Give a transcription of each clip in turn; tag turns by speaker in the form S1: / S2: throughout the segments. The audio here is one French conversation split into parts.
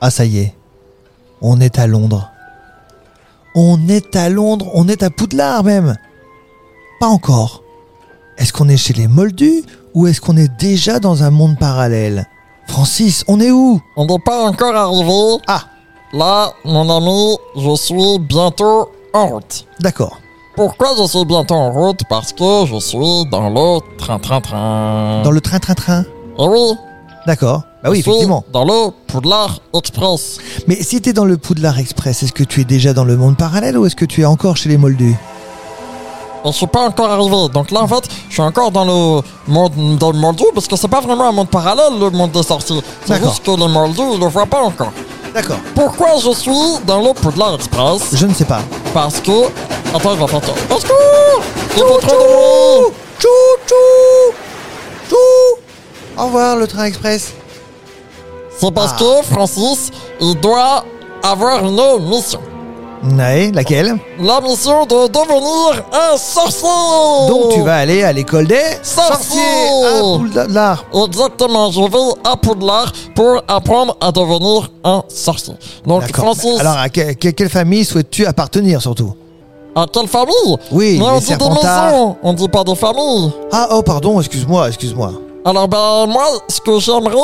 S1: Ah ça y est, on est à Londres. On est à Londres, on est à Poudlard même. Pas encore. Est-ce qu'on est chez les Moldus ou est-ce qu'on est déjà dans un monde parallèle Francis, on est où
S2: On n'est pas encore arrivé.
S1: Ah,
S2: Là, mon ami, je suis bientôt en route.
S1: d'accord.
S2: Pourquoi je suis bientôt en route Parce que je suis dans le train-train-train.
S1: Dans le train-train-train
S2: Eh oui,
S1: D'accord. Bah oui,
S2: je suis
S1: effectivement.
S2: dans le Poudlard Express.
S1: Mais si t'es dans le Poudlard Express, est-ce que tu es déjà dans le monde parallèle ou est-ce que tu es encore chez les Moldus
S2: Et je suis pas encore arrivé. Donc là, en fait, je suis encore dans le monde, dans le Moldu, parce que c'est pas vraiment un monde parallèle, le monde des sorciers. C'est
S1: D'accord.
S2: juste que les Moldus, ils le voient pas encore.
S1: D'accord.
S2: Pourquoi je suis dans le Poudlard Express
S1: Je ne sais pas.
S2: Parce que... Attends, il va faire ça. Au secours Il fait trop de bruit
S1: Tchou tchou Tchou Au revoir le train express.
S2: C'est parce
S1: Ah.
S2: que Francis, il doit avoir une mission.
S1: Ouais, laquelle
S2: La mission de devenir un sorcier
S1: Donc tu vas aller à l'école des
S2: Oh.
S1: Ah,
S2: Sorciers
S1: à Poudlard.
S2: Exactement, je vais à Poudlard pour apprendre à devenir un sorcier. Donc
S1: D'accord.
S2: Francis,
S1: Alors à que- que- quelle famille souhaites-tu appartenir surtout
S2: à quelle famille
S1: Oui,
S2: Mais on
S1: les
S2: dit des
S1: Serpentards.
S2: maisons, on dit pas des familles.
S1: Ah oh pardon, excuse-moi, excuse-moi.
S2: Alors ben moi, ce que j'aimerais,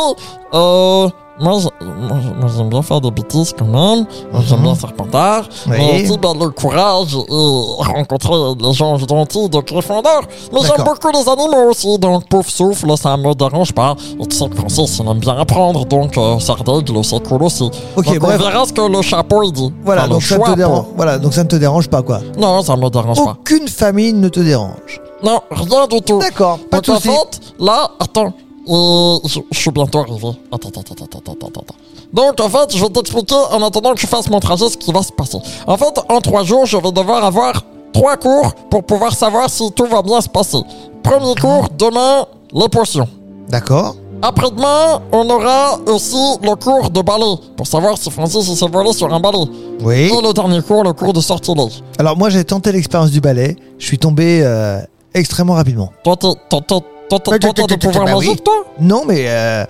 S2: euh, moi, j'ai- moi, j'ai- moi, j'aime bien faire des bêtises quand même. Moi, J'aime bien Serpentard.
S1: Mhm. Oui.
S2: Mais aussi ben, le courage et rencontrer les gens gentils de Gryffondor. Mais j'aime
S1: D'accord.
S2: beaucoup les animaux aussi, donc pouf souffle, ça me dérange pas. Et tu sais que Francis, il aime bien apprendre, donc euh, Sardigle, c'est cool aussi.
S1: Ok,
S2: donc,
S1: bref.
S2: on verra ce que le chapeau il dit.
S1: Voilà,
S2: Enfin, le
S1: donc ça
S2: chapeau.
S1: te dérange. Oh. Voilà, donc ça ne te dérange pas quoi.
S2: Non, ça me dérange pas.
S1: Aucune famille ne te dérange.
S2: Non, rien du tout.
S1: D'accord, pas de
S2: Donc, en
S1: soucis.
S2: fait, là, attends. euh, je, je suis bientôt arrivé. Attends, attends, attends, attends, attends, attends. Donc, en fait, je vais t'expliquer en attendant que je fasse mon trajet ce qui va se passer. En fait, en trois jours, je vais devoir avoir trois cours pour pouvoir savoir si tout va bien se passer. Premier cours, demain, les potions.
S1: D'accord.
S2: Après-demain, on aura aussi le cours de balai pour savoir si Francis il s'est volé sur un balai.
S1: Oui.
S2: Et le dernier cours, le cours de sortilège.
S1: Alors moi j'ai tenté l'expérience du ballet, je suis tombé euh, extrêmement rapidement.
S2: Toi, t'es- t'es- t'es- t'es- t'es- t'es- t'es des pouvoirs
S1: Bah oui.
S2: magiques, toi
S1: Non, mais euh,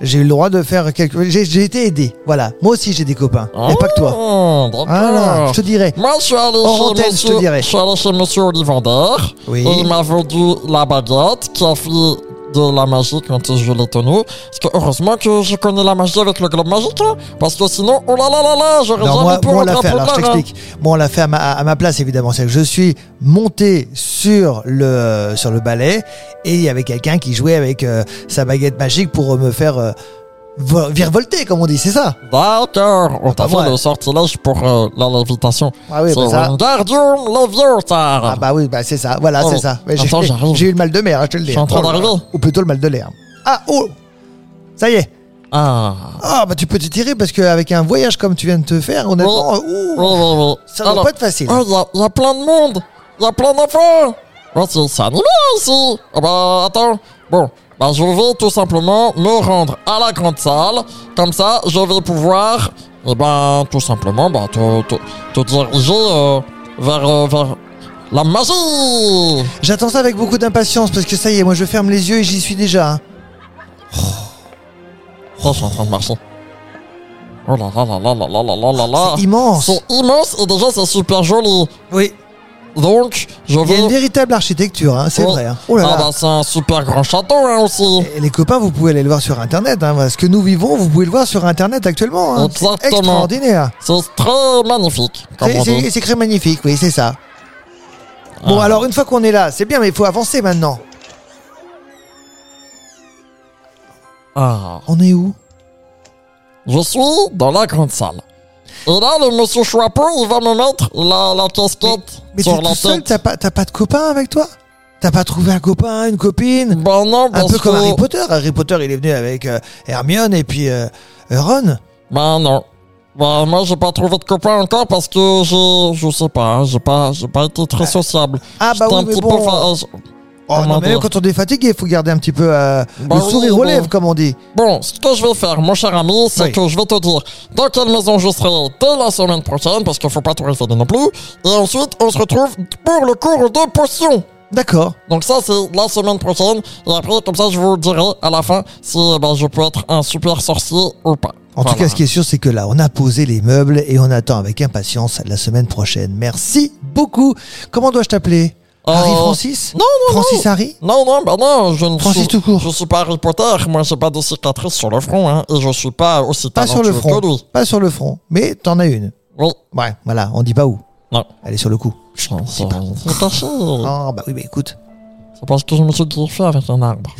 S1: j'ai eu le droit de faire quelque. J'ai j'ai été aidé. Voilà. Moi aussi, j'ai des copains. Et pas que toi.
S2: Ah, d'accord.
S1: Voilà, je te dirai.
S2: Moi, je suis allé
S1: Hors
S2: chez
S1: antenne, je te
S2: monsieur,
S1: dirai.
S2: suis allé chez monsieur Ollivander.
S1: Oui.
S2: Et il m'a vendu la baguette qui a fait de la magie quand je l'ai tenue. Parce que heureusement que je connais la magie avec le globe magique. hein. parce que sinon, oh là là là là, j'aurais
S1: Non,
S2: jamais
S1: moi,
S2: pu
S1: moi, on l'a
S2: rentrer
S1: fait.
S2: à
S1: Alors, je
S2: Poudlard, hein.
S1: t'explique. Moi, on l'a fait à ma, à ma place, évidemment. C'est que je suis monté sur le sur le balai et il y avait quelqu'un qui jouait avec euh, sa baguette magique pour me faire euh, vo- virevolter, comme on dit. C'est ça.
S2: D'accord, on
S1: pas
S2: t'a
S1: Ah, moi.
S2: fait le sortilège pour euh, la lévitation.
S1: Ah oui,
S2: C'est
S1: bah ça-
S2: Wingardium Leviosa.
S1: Ah bah oui, bah c'est ça. Voilà,
S2: Oh,
S1: c'est ça. Mais j'ai-
S2: attends, j'arrive.
S1: J'ai eu le mal de mer, hein, je te le dis.
S2: Je suis en train
S1: Oh là là.
S2: d'arriver.
S1: Ou plutôt le mal de l'air. Ah oh. Ça y est.
S2: Ah.
S1: Ah bah tu peux te tirer parce qu'avec un voyage comme tu viens de te faire, honnêtement,
S2: Oui.
S1: ouh,
S2: Oui, oui, oui.
S1: ça doit
S2: Alors,
S1: pas être facile.
S2: Oh, il y, a- y a plein de monde. Il y a plein d'enfants. Oh, c'est c'est animé ici. Ah bah, attends. Bon, bah, je vais tout simplement me rendre à la grande salle. Comme ça, je vais pouvoir, eh ben, tout simplement, bah, te, te, te diriger euh, vers, euh, vers la magie.
S1: J'attends ça avec beaucoup d'impatience parce que ça y est, moi je ferme les yeux et j'y suis déjà. hein.
S2: Oh, je suis en train de marcher. Oh là là là là là là là là là là.
S1: C'est immense.
S2: C'est immense et déjà, c'est super joli.
S1: Oui.
S2: Donc, je
S1: Il y
S2: vais...
S1: a une véritable architecture, hein, c'est
S2: Oh.
S1: vrai. hein. Oh là
S2: ah
S1: là. Eh.
S2: bah c'est un super grand château hein, aussi.
S1: Et les copains, vous pouvez aller le voir sur internet. Hein. Ce que nous vivons, vous pouvez le voir sur internet actuellement. hein. C'est
S2: Exactement.
S1: extraordinaire.
S2: C'est très magnifique. comme
S1: C'est-
S2: on
S1: C'est
S2: dit.
S1: c'est très magnifique, oui, c'est ça. Bon,
S2: Ah.
S1: alors une fois qu'on est là, c'est bien, mais il faut avancer maintenant.
S2: Ah.
S1: On est où
S2: Je suis dans la grande salle. Et là, le monsieur Chouapou, il va me mettre la, la casquette
S1: Mais t'es
S2: sur la
S1: tout seul,
S2: tête.
S1: t'as pas, t'as pas de copain avec toi T'as pas trouvé un copain, une copine
S2: Ben non,
S1: Un
S2: parce
S1: peu comme
S2: que...
S1: Harry Potter. Harry Potter, il est venu avec euh, Hermione et puis euh, Ron.
S2: Ben non. Ben moi, j'ai pas trouvé de copain encore parce que j'ai... Je sais pas, hein, j'ai pas, j'ai pas été très sociable.
S1: Ah, bah
S2: J'étais
S1: oui,
S2: un
S1: mais
S2: petit
S1: bon.
S2: peu... fa- euh, je-
S1: Oh, non,
S2: Comment
S1: mais même
S2: dire
S1: quand on est fatigué, il faut garder un petit peu euh,
S2: Bah
S1: le
S2: oui,
S1: sourire aux
S2: bah.
S1: lèvres, comme on dit.
S2: Bon, ce que je vais faire, mon cher ami, c'est
S1: Oui.
S2: que je vais te dire dans quelle maison je serai dès la semaine prochaine, parce qu'il faut pas tout révéler non plus. Et ensuite, on se retrouve pour le cours de potions.
S1: D'accord.
S2: Donc ça, c'est la semaine prochaine. Et après, comme ça, je vous dirai à la fin si eh ben, je peux être un super sorcier ou pas.
S1: En tout
S2: Voilà.
S1: cas, ce qui est sûr, c'est que là, on a posé les meubles et on attend avec impatience la semaine prochaine. Merci beaucoup. Comment dois-je t'appeler Harry
S2: Euh,
S1: Francis
S2: non, non,
S1: Francis Harry
S2: Non, non, bah non, je ne
S1: Francis
S2: suis,
S1: tout court.
S2: je suis pas Harry Potter, moi j'ai pas de cicatrice sur le front, hein, et je suis pas aussi
S1: Pas sur
S2: talentueux
S1: le front.
S2: que lui.
S1: Pas sur le front, mais t'en as une.
S2: Oui,
S1: Ouais, voilà, on dit pas où.
S2: non,
S1: Elle est sur le cou.
S2: je pense, euh, c'est caché.
S1: Ah, bah oui, mais écoute.
S2: C'est parce que je me suis griffé avec un arbre.